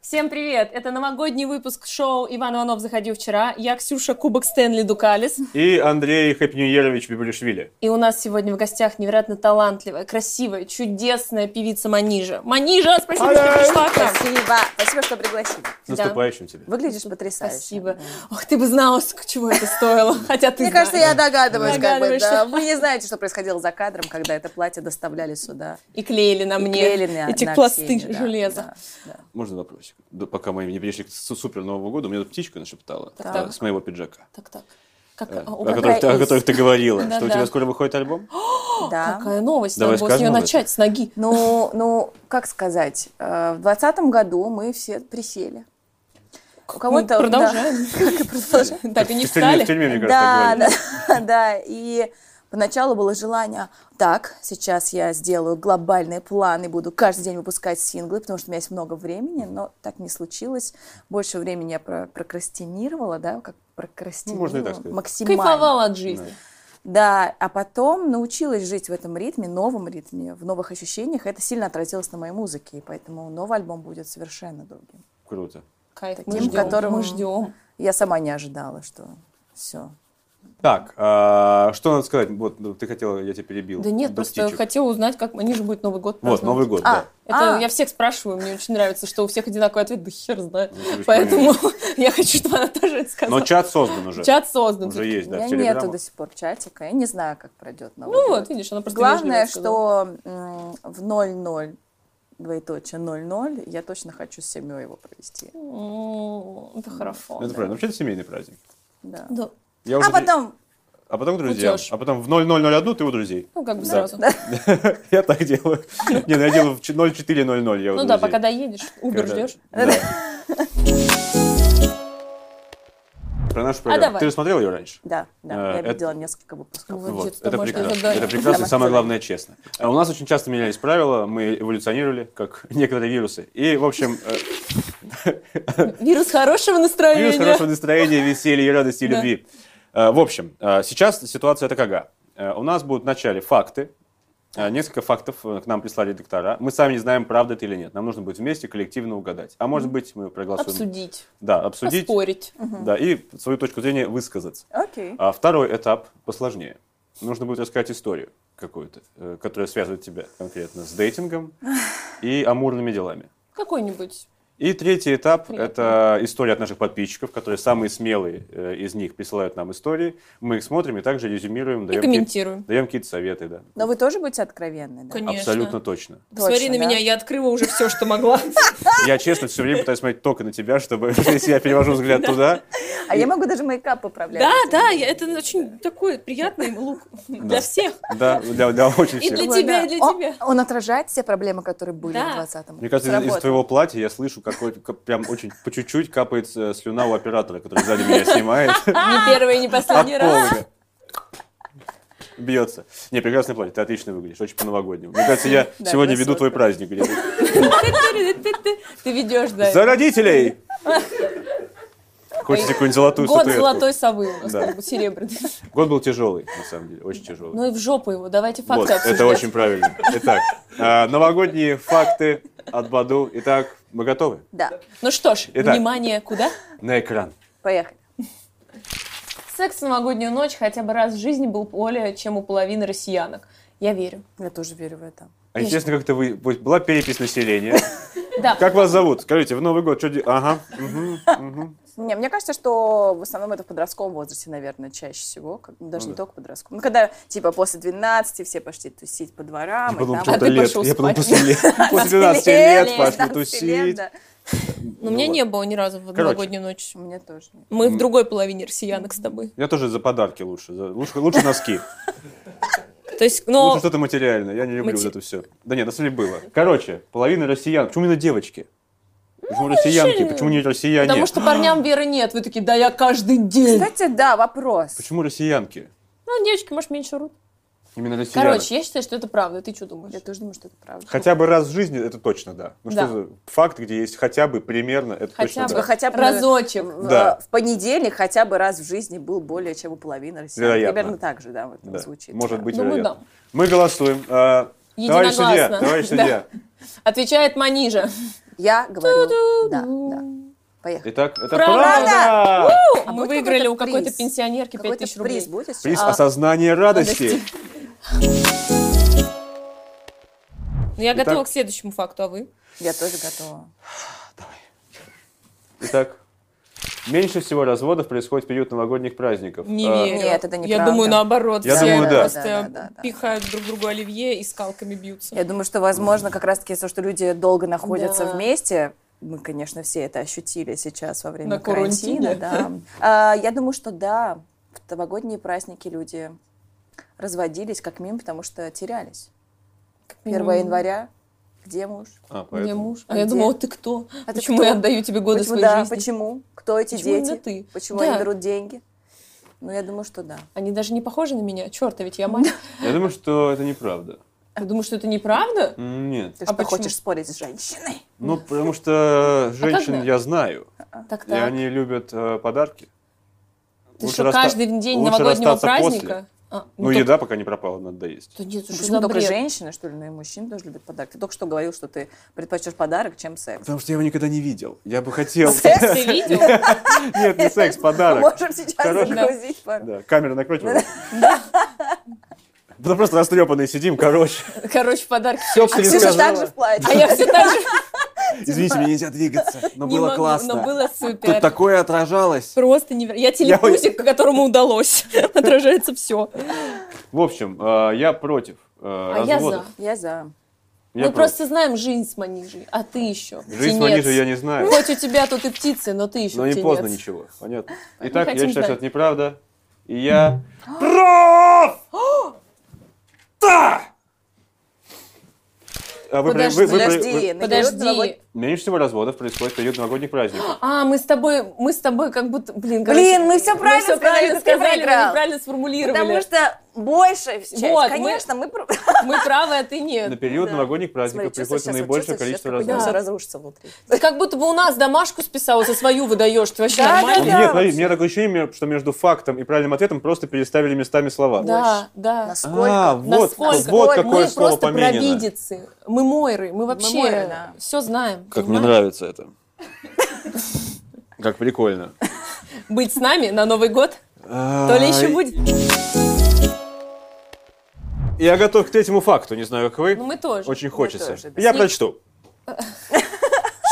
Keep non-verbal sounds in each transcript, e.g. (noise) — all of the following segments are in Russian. Всем привет! Это новогодний выпуск шоу «Иван Иванов заходил вчера». Я Ксюша Кубок Стэнли Дукалис. И Андрей Хапнюерович Бибришвили. И у нас сегодня в гостях невероятно талантливая, красивая, чудесная певица Манижа. Манижа, спасибо, что Алло! пришла к нам. Спасибо. Спасибо, что пригласили. С наступающим тебя. Выглядишь потрясающе. Спасибо. Ох, ты бы знала, ск- чего это (laughs) стоило. Хотя ты Мне кажется, я знаешь. догадываюсь, как бы. Догадываешься. да. Вы не знаете, что происходило за кадром, когда это платье доставляли сюда. И клеили на А мне Клеили на- эти на пласты Ксению, да, железа. да, да. Можно вопросик? Да, пока мы не перешли к су- супер Новому году, мне тут птичка нашептала Так, а, так. с моего пиджака. Так, так. Как, э, а, о, о, которых ты, о из? которых ты говорила, Да-да. что у тебя скоро выходит альбом? Да. какая новость? Давай Надо было с нее скажем об начать, с ноги. Ну, ну, как сказать, э, в двадцатом году мы все присели. У кого-то... Мы да. (laughs) продолжаем. (gasps) Так и не в, фильме, в встали. фильме, мне кажется, так Да, говорили. да, (laughs) да. И поначалу было желание, так, сейчас я сделаю глобальные планы, буду каждый день выпускать синглы, потому что у меня есть много времени, но так не случилось. Больше времени я про- прокрастинировала, да, как прокрастинировала. Ну, можно и так сказать. Максимально. Кайфовала от жизни. Да, а потом научилась жить в этом ритме, новом ритме, в новых ощущениях. Это сильно отразилось на моей музыке, и поэтому новый альбом будет совершенно другим. Круто. Кайф. Мы Таким, ждем. которым- Мы ждем. Я сама не ожидала, что все. Так, а, что надо сказать? Вот, ну, ты хотела, я тебя перебил. Да нет, До просто птичек. хотела узнать, как они же будет Новый год. Вот, праздновать. Новый год, А, да. Это А. я всех спрашиваю, мне очень нравится, что у всех одинаковый ответ, да хер знает. Ну, ты же (laughs) Поэтому я хочу, чтобы она тоже это сказала. Но чат создан уже. Чат создан. уже есть, у да, меня в нету Телеграме. до сих пор чатика, я не знаю, как пройдет Новый Ну год. вот, видишь, она просто Главное, вежливо сказала. что м, в 00 двоеточие 00 я точно хочу с семьей его провести. М, Это хорошо. Это да. правильно. Вообще это семейный праздник. Да. Да. Я А уже- потом, а потом к друзьям. Утёж. А потом в 0001 ты у друзей. Ну, как бы Да. сразу. (laughs) Я так (laughs) делаю. Не, ну я делаю в ч- 0400. я у Ну да, друзей. пока доедешь, Убер Когда- (laughs) ждешь. (laughs) Да. Про нашу программу. А давай. Ты же смотрел ее раньше? (laughs) да, да, Э, я это- видела несколько выпусков. Вот. Вот, Молодец, это домашнее прекрасно. задание. Это прекрасно, Домашнее и самое главное честно. А У нас очень часто менялись правила, мы эволюционировали, как (laughs) некоторые вирусы. И, в общем, (laughs) э, Вирус хорошего вирус настроения. хорошего настроения, веселья, и радости и Да. любви. Э, В общем, э, сейчас ситуация такая. Э, У нас будут вначале факты, Э, Несколько фактов э, к нам прислали доктора. Мы сами не знаем, правда это или нет. Нам нужно будет вместе коллективно угадать. А может быть, мы проголосуем. Обсудить, Да, обсудить. поспорить. Да, и свою точку зрения высказаться. Окей. А второй этап посложнее. Нужно будет рассказать историю какую-то, э, которая связывает тебя конкретно с (laughs) дейтингом и амурными делами. Какой-нибудь. И третий этап Приятно. это история от наших подписчиков, которые самые смелые э, из них присылают нам истории. Мы их смотрим и также резюмируем, даем, комментируем. даем какие-то советы. Да. Но вы тоже будете откровенны, да? Конечно. Абсолютно точно. Смотри Точно, на да? меня, я открыла уже все, что могла. Я честно все время пытаюсь смотреть только на тебя, чтобы (laughs) если я перевожу взгляд туда, А я могу даже мейкап поправлять. Да, да, я- это очень такой приятный лук для всех. да, для, для очень И всех. для тебя, и для О, тебя. Он отражает все проблемы, которые были Да. в 20-м. Мне кажется, из, из Сработало. твоего платья я слышу, какой, как прям очень по чуть-чуть капает э, слюна у оператора, который сзади (laughs) меня снимает. Не первый, и не От последний раз. полога. Бьется. Не, прекрасное платье, ты отлично выглядишь, очень по-новогоднему. Мне кажется, я Да, сегодня веду красотка. твой праздник. Глеб. Ты ведешь, да. За родителей! Хочется какую-нибудь золотую Год статуэтку. золотой совы у нас, Да. как бы серебряный. Год был тяжелый, на самом деле, очень тяжелый. Ну и в жопу его, давайте факты Вот, обсуждать. это очень правильно. Итак, э, новогодние факты от Баду. Итак, мы готовы? Да, Ну что ж, Итак. внимание, куда? На экран. А поехали. Секс в новогоднюю ночь хотя бы раз в жизни был более, чем у половины россиянок. Я верю. Я тоже верю в это. А Я интересно, как это вы... вот Была перепись населения. Да. Как вас зовут? Скажите, в Новый год что делать? Ага. мгм. Не, мне кажется, что в основном это в подростковом возрасте, наверное, чаще всего. как- даже Ну не только в подростковом. Ну, когда, типа, после 12 все пошли тусить по дворам. Я подумал, и почему там... а (laughs) то ты лет. пошел Я подумал, спать. после лет. (laughs) После 12 лет пошли 16 лет, тусить. Ну, да. Но мне вот. Ну, не было ни разу в Короче. новогоднюю ночь. У меня тоже (clears throat) нет. Мы в другой половине россиянок с тобой. Я тоже за подарки лучше. за- Лучше, лучше носки. То есть, Лучше но что-то материальное. Я не люблю Мати- вот это все. Да нет, на самом деле было. Короче, половина россиян. Почему именно девочки? Почему россиянки? решили. Почему не россияне? Ну, Потому что парням веры нет. Вы такие, да я каждый день. Кстати, да, вопрос. Почему россиянки? Ну, девочки, может, меньше врут. Именно россияне. Короче, я считаю, что это правда. Ты что думаешь? Я тоже думаю, что это правда. Хотя бы раз в жизни, это точно да. Ну Да. что за факт, где есть хотя бы примерно, это Хотя точно бы. да. Хотя бы Разочек. В, Да. э, в понедельник хотя бы раз в жизни был более чем у половины россиян. Вероятно. Примерно так же, да, вот Да, звучит. Может быть, Думаю, вероятно. Мы голосуем. А, Товарищ Единогласно. судья, товарищ Да. судья, Отвечает Манижа. Я говорю, да, да. Поехали. Итак, это Правда! правда! А Мы будет выиграли какой-то у какой-то приз? пенсионерки 5000 Какой-то рублей. приз будет? Приз А, «Осознание радости». радости. Ну, я Итак. готова к следующему факту, а вы? Я тоже готова. Итак, меньше всего разводов происходит в период новогодних праздников. Не А, верю. Нет, это Я неправда. думаю, наоборот, Я все думаю, да. просто Да, да, да, да. пихают друг другу оливье и скалками бьются. Я думаю, что, возможно, как раз-таки то, что люди долго находятся Да. вместе, мы, конечно, все это ощутили сейчас во время На карантине. карантина. Да. (laughs) А, я думаю, что да, в новогодние праздники люди разводились как мим, потому что терялись. 1 минимум. января, где муж? (gasps) а, У меня поэтому. муж. А А я где? думала, ты кто? А ты Почему кто? я отдаю тебе годы почему, своей да, жизни? почему? Кто эти Почему дети? именно ты? Почему Да. они берут деньги? Ну, я думаю, что да. Они даже не похожи на меня. Черт, а ведь я (laughs) мать. Я думаю, что это неправда. Ты думаешь, что это неправда? М, Нет. Ты А что, почему? хочешь спорить с женщиной? Ну, потому что женщин да? я знаю, А Так и так. они любят э, подарки. Ты Лучше что, расста- каждый день лучше новогоднего расстаться после. праздника? А, Ну, так- еда пока не пропала, надо доесть. Да нет, Ну, что Почему за только бред? женщины, что ли? Ну и мужчины тоже любят подарки. Ты только что говорил, что ты предпочтешь подарок, чем секс. Потому что я его никогда не видел. Я бы хотел... Секс? (laughs) Ты видел? (laughs) Нет, не секс, Мы подарок. Можем сейчас Хороший. загрузить пар- Да, камера накройте. пожалуйста. Да просто растрепанные сидим, короче. Короче, подарки. Все А Ксюша также в платье. А я все так же Извините, мне нельзя двигаться, но не Ну, могу, было но классно. было Тут супер. такое отражалось. Просто невероятно. Я телепузик, которому удалось. (laughs) Отражается все. В общем, э, я против э, А я разводов. за. Я за. Я Мы просто знаем жизнь с Манижей, а ты еще. Жизнь с Манижей я не знаю. Хоть у тебя тут и птицы, но ты еще Но не птенец. поздно ничего, понятно. Итак, я хотим считаю, что знать. это неправда. (gasps) И я прав! Да! А вы про- Подожди, вы- вы про- Подожди, вы- наберут новогодний- Подожди. Меньше всего разводов происходит в период новогодних праздников. А, мы с тобой, мы с тобой как будто, блин, Блин, мы всё правильно всё правильно сказали, ты сказали, мы проиграл. неправильно сформулировали. Потому что большая часть, Вот, мы- конечно, мы... про- Мы правы, а ты На нет. период Да. новогодних Смотри, праздников чувствуешь, приходится сейчас вот наибольшее чувствуешь, количество сейчас какой-то разводов. Да. разрушится внутри. Ты как будто бы у нас домашку списал, за свою выдаешь. Ты вообще Да, У нормально? да. меня, смотри, у меня Ну, такое ощущение, что между фактом и правильным ответом просто переставили местами слова. Да, да. Насколько? А, вот, Насколько? вот мы какое слово просто поменено. провидицы, мы мойры, мы вообще мойры, да. все знаем. Как мне понимаешь? нравится это. Как прикольно. Быть с нами на Новый год, то То ли еще будет. Я готов к третьему факту, не знаю, как вы. Ну мы тоже. Очень хочется. тоже, да. Я Снег- прочту. (laughs)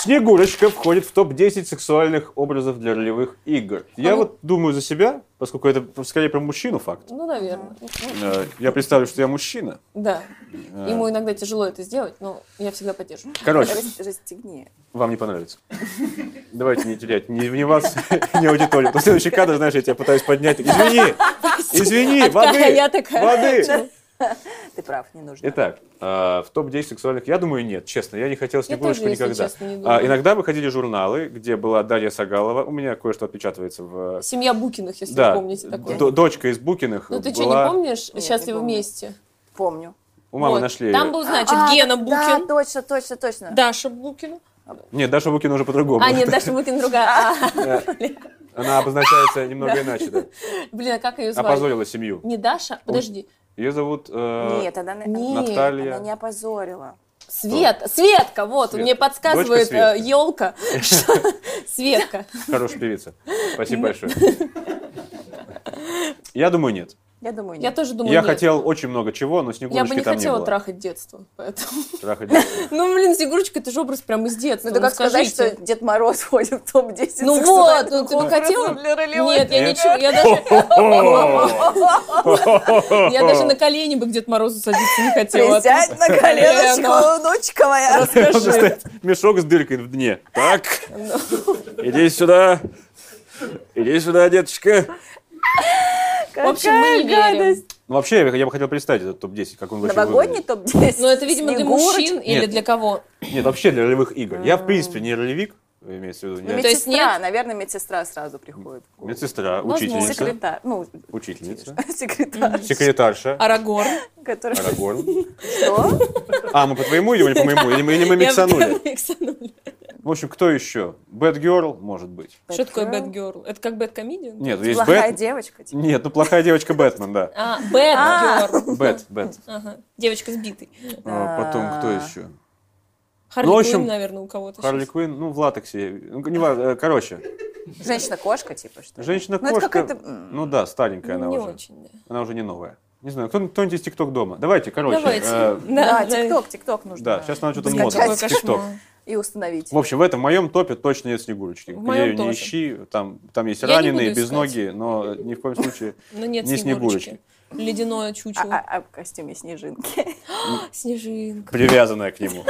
Снегурочка входит в топ-10 сексуальных образов для ролевых игр. Я ну- вот думаю за себя, поскольку это скорее про мужчину факт. Ну, наверное. Э, Я представлю, что я мужчина. Э, Да. Ему иногда тяжело это сделать, но я всегда поддерживаю. (laughs) Короче, Рас- Расстегни. вам не понравится. Давайте не терять ни, ни вас, (laughs) ни аудиторию. Тут следующий кадр, знаешь, я тебя пытаюсь поднять. Извини, извини, Такая воды, я такая. воды. Ты прав, не нужно. Итак, а, в топ-10 сексуальных, я думаю, нет, честно, я не хотел Снегурочку тоже, если никогда. честно, не А, думаю. иногда выходили журналы, где была Дарья Сагалова, у меня кое-что отпечатывается в... Семья Букиных, если да, вы помните такое. д- дочка из Букиных Ну ты что, была... не помнишь? не Счастливы помню. вместе. Помню. У мамы Вот. нашли... Там был, Ну, значит, А, Гена Да, Букин, точно, точно, точно. Даша Букин. Нет, Даша Букина уже по-другому. Э, А, (laughs) нет, Даша Букин другая. А, Она обозначается немного иначе, да. (laughs) Блин, а как ее звали? Опозорила семью. Не Даша, подожди. Ее зовут... э, Нет, она, Не, Наталья. она не опозорила. Свет, Светка, вот, Светка. мне подсказывает Дочка Светка. (laughs) елка. Светка. Хорошая певица. Ну. Спасибо большое. Я думаю, нет. Я думаю, Я нет. тоже думаю, я нет. хотел очень много чего, но Снегурочки Я бы не там не хотела было. трахать детство, поэтому... (laughs) Трахать детей. Ну, блин, Снегурочка, это же образ прям из детства. Ну, ты как сказать, скажите. что Дед Мороз (laughs) входит в топ-10 Ну вот, сексуальных ну ты бы образов хотела? для ролевых Нет, я Нет. ничего, я даже, (laughs) я даже на О, колени бы к Дед Морозу садиться не хотела. а (laughs) Присядь на коленочку, Лена. внучка моя. Он же стоит, мешок с дыркой в дне. Так, Ну. иди сюда. Иди сюда, деточка. В общем, мы не верим. Ну, вообще, я бы- я бы хотел представить этот топ-10, как он вообще Новогодний топ-10. Но Ну, это, видимо, для Снегурочка. мужчин или Нет. для кого? выглядит. Нет, вообще для ролевых игр. А. Я, в принципе, не ролевик, имеется в виду. Ну, не- То есть медсестра, нет? наверное, медсестра сразу приходит. в голову. Медсестра, Возможно. учительница, Секретарь, ну, учительница, (laughs) секретарь, секретарша, Арагор. который... (laughs) Арагорн. Что? А, мы по твоему или по моему? Или мы, или мы миксанули? Я (laughs) миксанули. В общем, кто еще? Bad Girl, может быть. Что такое Bad Бэтгерл? Girl? Это как Bad Comedian? Нет, есть Плохая Бэт. девочка. типа. Нет, ну плохая девочка (laughs) Бэтмен, да. А, Bad Girl. Бэт, Бэт. Ага. Девочка сбитый. А, Потом кто А. еще? Харли Ну, в Куинн, общем, наверное, у кого-то Харли сейчас. Квинн, ну, в латексе. Ну, не важно, э, короче, Женщина-кошка, типа, что ли? Ну, это женщина-кошка. какая-то... м, Ну да, старенькая она не уже. очень, да. Она уже не новая. Не знаю, кто- кто-нибудь из ТикТок дома. Давайте, короче. Давайте. э, Да, да. тикток, тикток нужно. Да, сейчас надо что-то Скачать. модное. Ой, ТикТок. кошмар. И установить. В общем, в этом моем топе точно нет Снегурочки. В Где моем ее не тоже. ищи, там, там есть Я не раненые, буду без искать. ноги, но ни в коем случае Но Ну, нет Не снегурочки. Ледяное А, чучело. а- а в костюме снежинки. (laughs) Снежинка. (laughs) привязанная к нему.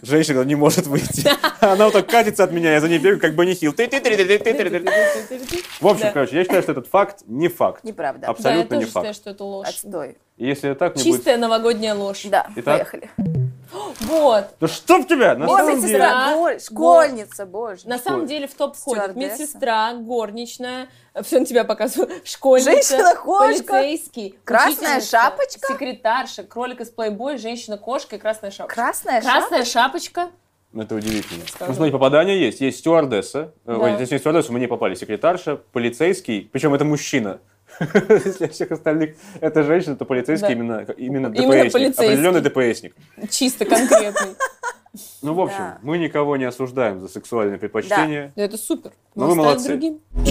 Женщина не может выйти. Она вот так катится от меня, я за ней бегаю, как бы не хил. В общем, Да. короче, я считаю, что этот факт не факт. Неправда. Абс- Да, я абсолютно не тоже факт. считаю, что это ложь. Отстой. И Если так, не будет... Чистая новогодняя ложь. Да, Итак. поехали. Вот. Да что в тебя? На Вот самом эти деле... страны. сестра, голь- школьница, боже. На самом деле в топ входит Стюардесса. медсестра, горничная, все на тебя показываю, (laughs) школьница, Женщина-кошка. полицейский, Красная учительница, шапочка. секретарша, кролик из плейбой, женщина-кошка и красная шапочка. Красная шапка. Красная шапочка. Ну, Это удивительно. Потому Скажем. Ну, смотри, попадания есть. Есть стюардесса. Да. Да. Ой, точнее, стюардессу мы не попали. Секретарша, полицейский. Причем это мужчина. (laughs) Если всех остальных это женщина, то полицейский Да. именно, э, именно Именно ДПСник. полицейский. Определенный ДПСник. Чисто (laughs) конкретный. Ну, в общем, Да. мы никого не осуждаем за сексуальные предпочтения. Да это супер. Ну, Мы вы стали молодцы. другим. Ну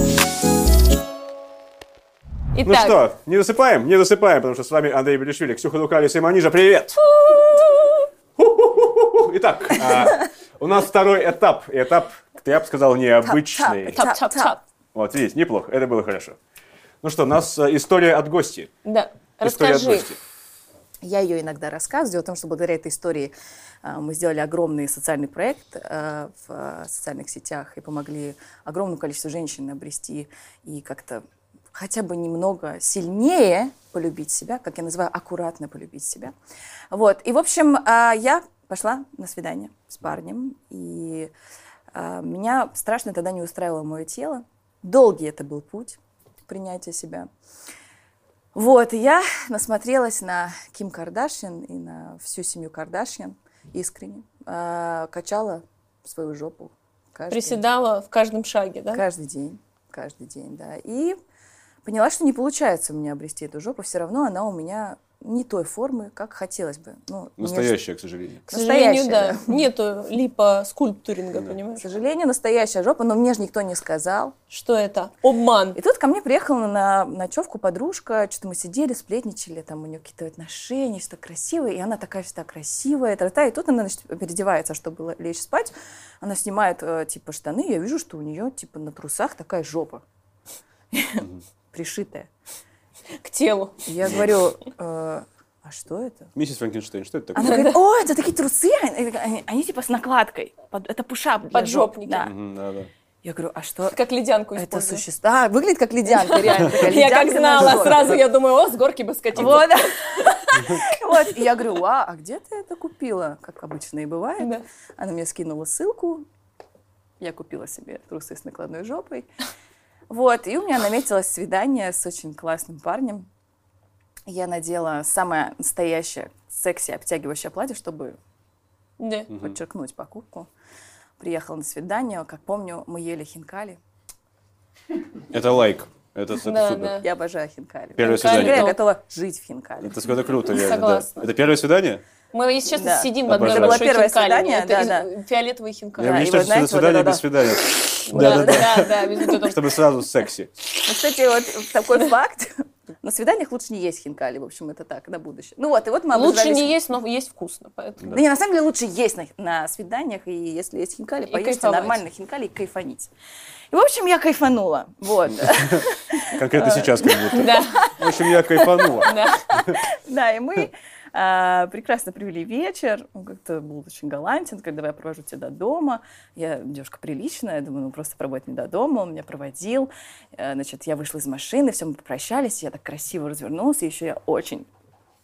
Итак, что, не засыпаем? Не засыпаем, потому что с вами Андрей Белишвили, Ксюха Дукалис и Манижа. Привет! (laughs) Итак, а, у нас второй этап. И Этап, я бы сказал, необычный. Тап, тап, тап, тап. Вот, видите, неплохо, это было хорошо. Ну что, у нас э, история от гости. Да. История от Расскажи. гости. Я ее иногда рассказываю. Дело в том, что благодаря этой истории э, мы сделали огромный социальный проект э, в э, социальных сетях и помогли огромному количеству женщин обрести и как-то хотя бы немного сильнее полюбить себя, как я называю, аккуратно полюбить себя. Вот. И, в общем, а, я пошла на свидание с парнем, и а, меня страшно тогда не устраивало мое тело. Долгий это был путь принятия себя. Вот, и я (laughs) насмотрелась на Ким Кардашьян и на всю семью Кардашьян искренне. А, Качала свою жопу каждый, Приседала в каждом шаге, да? каждый день. Каждый день, да. И поняла, что не получается у меня обрести эту жопу. Все равно она у меня не той формы, как хотелось бы. Ну, мне ж- Настоящая, к сожалению. К сожалению, Настоящая, да. Нету липа скульптуринга, Да. К понимаешь? сожалению, настоящая жопа, но мне же никто не сказал. Что это? Обман. И тут ко мне приехала на ночевку подружка, что-то мы сидели, сплетничали, там у нее какие-то отношения, что-то красивое, и она такая всегда красивая, та -та. и тут она, значит, переодевается, чтобы лечь спать, она снимает, э, типа, штаны, и я вижу, что у нее, типа, на трусах такая жопа, пришитая. К телу. И Я говорю, «Э, а что это? Миссис Франкенштейн, что это Она такое? говорит, о, это такие трусы, они, они- они, типа с накладкой, Под- это пушап для жоп». Поджопники. Да. Мгм, да-да. Я говорю, а что? Как ледянку Это использую. существо. А, выглядит как ледянка, реально. такая (laughs) Я как ледянка на знала, жопе. сразу я думаю, о, с горки бы скатиться. Вот. Типа (laughs) Вот. И я говорю, а, а где ты это купила? Как обычно и бывает. Да. Она мне скинула ссылку. Я купила себе трусы с накладной жопой. Вот, и у меня наметилось свидание с очень классным парнем. Я надела самое настоящее секси обтягивающее платье, чтобы Да. Мгм. подчеркнуть покупку. Приехала на свидание. Как помню, мы ели хинкали. Это лайк. Это, это Да, супер. да. Я обожаю хинкали. Первое Хинкали Я свидание. топ. готова жить в хинкали. Это, это круто, реально. да. Согласна. Это первое свидание? Мы, если честно, Да. сидим в одной Обожаю. большой Это было первое хинкальне. свидание, Это да, из- фиолетовые хинкали. Я Да, мне и вы считаю, что это знаете, вот свидание это без да. свидания. Да, Да-да-да. да, да, без вот этого. Чтобы сразу секси. Ну, кстати, вот такой факт. На свиданиях лучше не есть хинкали, в общем, это так, на будущее. Ну вот, и вот мы Лучше обождались- не есть, но есть вкусно, поэтому. Да не, на самом деле лучше есть на, на свиданиях, и если есть хинкали, И поешьте кайфовать. нормально хинкали и кайфанить. И, в общем, я кайфанула, вот. Конкретно сейчас Э, как будто. Да, В общем, я кайфанула. да. (laughs) Да, и мы а, прекрасно провели вечер. Он как-то был очень галантен, когда я провожу тебя до дома. Я девушка приличная, думаю, ну просто проводит меня до дома. Он меня проводил. Э, Значит, я вышла из машины, все, мы попрощались. Я так красиво развернулась. И еще я очень,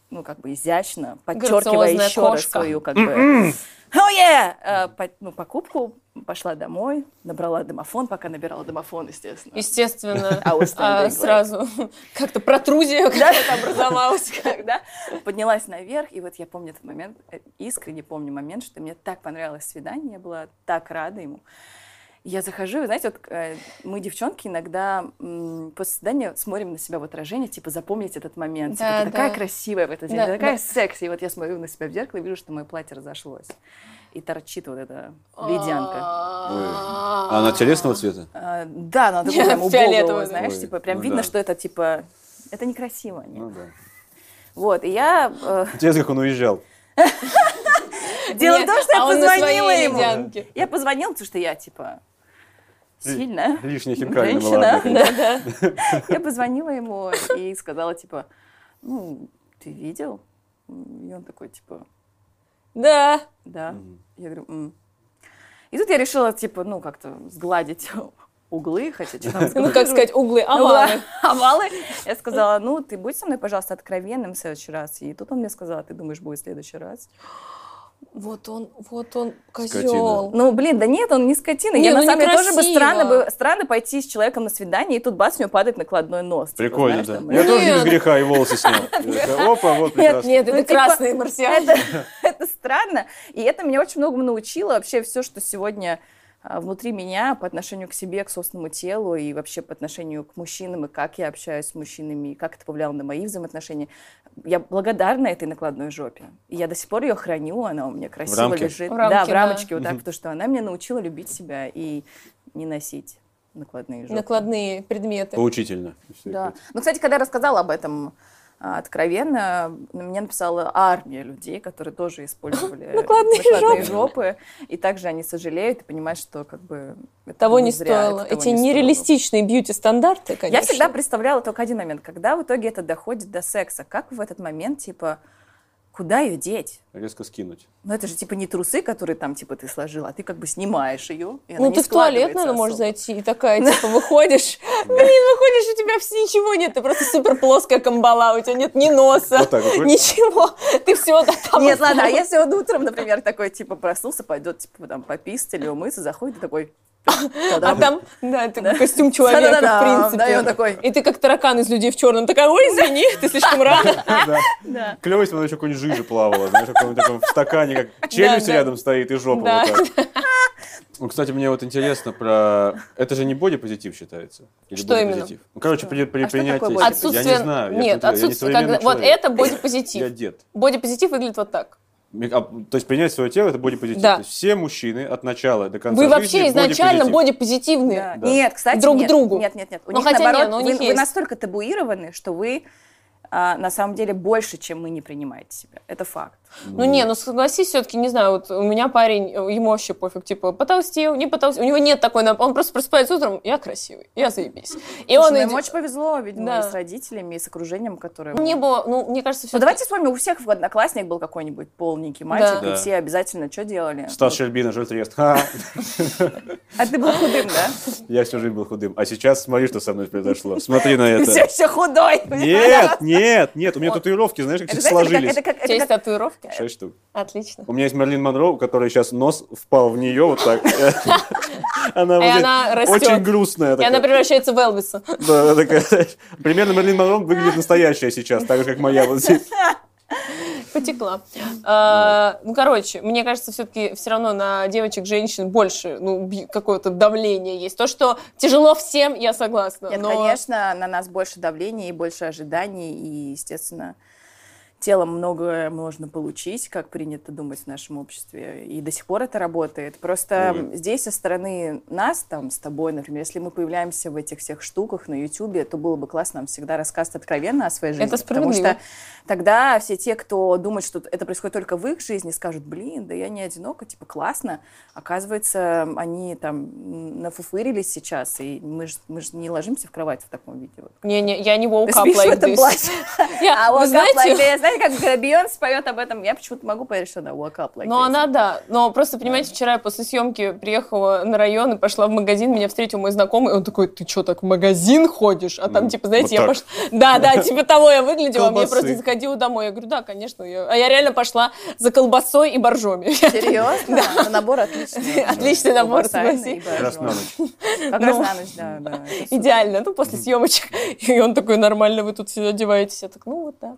ну как бы изящно, подчеркивая Грациозная еще раз кошка. свою как бы... Oh yeah! э, по- ну, покупку пошла домой, набрала домофон, пока набирала домофон, естественно. Естественно. I was А, standing like- сразу как-то протрузия какая-то образовалась. когда поднялась наверх, и вот я помню этот момент, э, искренне помню момент, что мне так понравилось свидание, я была так рада ему. Я захожу, и, знаете, вот э, мы, девчонки, иногда м, после свидания смотрим на себя в отражение, типа, запомнить этот момент. Типа, Да, ты такая да. красивая в этот день, Да, ты да. такая секси. И вот я смотрю на себя в зеркало и вижу, что мое платье разошлось. И торчит вот эта А. ледянка. А она телесного цвета? А, да, она такая прям Фиолетовая, убогая, да. знаешь, Ой, типа, прям ну видно, да. что это, типа, это некрасиво. нет. Ну да. Вот, и я... э, Интересно, как он уезжал. Дело в том, что я а он на позвонила своей ему. ледянке. Я позвонила, потому что я, типа, Э, Ли- сильная. Лишняя хинкальная Женщина, была. (laughs) да, да. Я позвонила ему и сказала, типа, ну, ты видел? И он такой, типа, Да. да. Я говорю, «М». И тут я решила, типа, ну, как-то сгладить (laughs) углы, хотя что там Ну, как сказать, углы (laughs) Овалы. овалы. Овалы. Я сказала, ну, ты будь со мной, пожалуйста, откровенным в следующий раз. И тут он мне сказал, ты думаешь, будет в следующий раз? Вот он, вот он, Скотина. козел. Ну, блин, да нет, он не скотина. Не, я, ну, на самом деле, тоже бы некрасиво. странно, бы, странно пойти с человеком на свидание, и тут бац, у него падает накладной нос. Типа, Прикольно, знаешь, да. там, Я тоже не без Нет. греха и (laughs) волосы снял. Это, Опа, вот Нет, прекрасно. нет, это Ну, типа, красные марсиане. это, (laughs) это странно. И это меня очень многому научило. Вообще все, что сегодня а, внутри меня по отношению к себе, к собственному телу и вообще по отношению к мужчинам, и как я общаюсь с мужчинами, и как это повлияло на мои взаимоотношения. Я благодарна этой накладной жопе. И я до сих пор ее храню, она у меня красиво рамке? лежит. В рамке, да, в да. рамочке вот так, потому что она меня научила любить себя и не носить накладные жопы. Накладные предметы. Поучительно. Да. Ну, кстати, когда я рассказала об этом а, откровенно, на меня написала армия людей, которые тоже использовали (laughs) Накладные накладные жопы. жопы. И также они сожалеют и понимают, что как бы это Того было не Ну, зря, стоило. это того Эти не стоило. нереалистичные бьюти-стандарты, конечно. Я всегда представляла только один момент, когда в итоге это доходит до секса. Как в этот момент, типа, куда ее деть? (laughs) Резко скинуть. Ну, это же, типа, не трусы, которые там, типа, ты сложила, а ты как бы снимаешь ее, и она Ну, не ты в туалет, складывается наверное, можешь особо. зайти, и такая, типа, (laughs) выходишь, блин, выходишь, у тебя вс- ничего нет, ты просто супер плоская камбала, у тебя нет ни носа, (laughs) Вот так вот. (laughs) ничего, ты все там... Нет, ладно, а если он утром, например, такой, типа, проснулся, пойдет, типа, там, пописать или умыться, заходит и такой... (laughs) А там, да, это Да. костюм человека, Да-да-да, в принципе. да, и он такой. И ты как таракан из людей в черном, такая, ой, извини, ты слишком (laughs) рано. Да. Клево, если бы она еще какой-нибудь жижи плавала, знаешь, в каком-нибудь таком стакане, как челюсть да. рядом стоит и жопа Да. (laughs) вот так. Ну, кстати, мне вот интересно про... Это же не бодипозитив считается? Или Что именно? бодипозитив? Ну, короче, при, при А что принятии... такое себя- бодипозитив? Я не знаю. я Нет, тут- я не отсутствие... современный когда- Вот человек. это Я бодипозитив. дед. Бодипозитив выглядит вот так. Ми- а, То есть принять свое тело – это бодипозитив. Да. То есть все мужчины от начала до конца Вы жизни вообще изначально бодипозитив. бодипозитивные. Да. Нет, кстати, Друг нет. другу. Нет, нет, нет. У Ну, них, хотя не, наоборот, но у вы, них вы есть. настолько табуированы, что вы а, на самом деле больше, чем мы не принимаете себя. Это факт. Ну не, ну согласись, все-таки, не знаю, вот у меня парень, э, ему вообще пофиг, типа, потолстел, не потолстел, у него нет такой, нап- он просто просыпается утром, я красивый, я заебись. И Слушай, он ну, идет... им очень повезло, видимо, Да. и с родителями, и с окружением, которое... Не было, ну, мне кажется, все Ну, давайте вспомним, у всех в одноклассник был какой-нибудь полненький мальчик, Да. и все обязательно что делали? Стас Щербина, жертвест. Ха, А ты был худым, да? Я всю жизнь был худым. А сейчас смотри, что со мной произошло. Смотри на Ты все это. еще худой. Нет, нет, нет. У меня Вот. татуировки, знаешь, как Это, сейчас знаете, это как- сложились. это как- это У тебя есть как- татуировки? Шесть штук. Отлично. У меня есть Мерлин Монро, у которой сейчас нос впал в нее (laughs) вот так. Она И вот здесь А она растет. очень И грустная. такая. она превращается в (laughs) Элвиса. Да, она такая, знаешь, Примерно Мерлин Монро выглядит настоящая сейчас, так же, как моя вот здесь. Потекла. А, Ну, короче, мне кажется, все-таки все равно на девочек, женщин больше ну, бь- какое-то давление есть. То, что тяжело всем, я согласна. Нет, но- конечно, на нас больше давления и больше ожиданий, и, естественно, телом многое можно получить, как принято думать в нашем обществе. И до сих пор это работает. Просто Ой. здесь со стороны нас, там, с тобой, например, если мы появляемся в этих всех штуках на Ютубе, то было бы классно нам всегда рассказывать откровенно о своей жизни. Это потому что справедливо. тогда все те, кто думает, что это происходит только в их жизни, скажут, блин, да я не одинока, типа классно. Оказывается, они там нафуфырились сейчас, и мы же мы ж не ложимся в кровать в таком виде. Вот. Не-не, я не Ты woke up спишь в like этом this. платье. (laughs) Я- А вы walk up like знаете, this. Знаете, как Бейонс поет об этом? Я почему-то могу поверить, что она walk up like Ну, this. она, да. Но просто, понимаете, вчера я после съемки приехала на район и пошла в магазин, меня встретил мой знакомый, он такой, ты что, так в магазин ходишь? А там, М, типа, знаете, вот я так. пошла... Да, (laughs) да, типа того я выглядела, а мне Колбасы. просто заходила домой. Я говорю, да, конечно. я- А я реально пошла за колбасой и боржоми. (laughs) Серьезно? (laughs) Ну, Набор отличный. Отличный набор, Колбасайный согласись. и боржоми. Раз на ночь. Как раз Ну. на ночь, да, да. это супер. (laughs) Идеально, ну, после съемочек. И он такой, нормально вы тут все одеваетесь. Я так, ну, вот, да.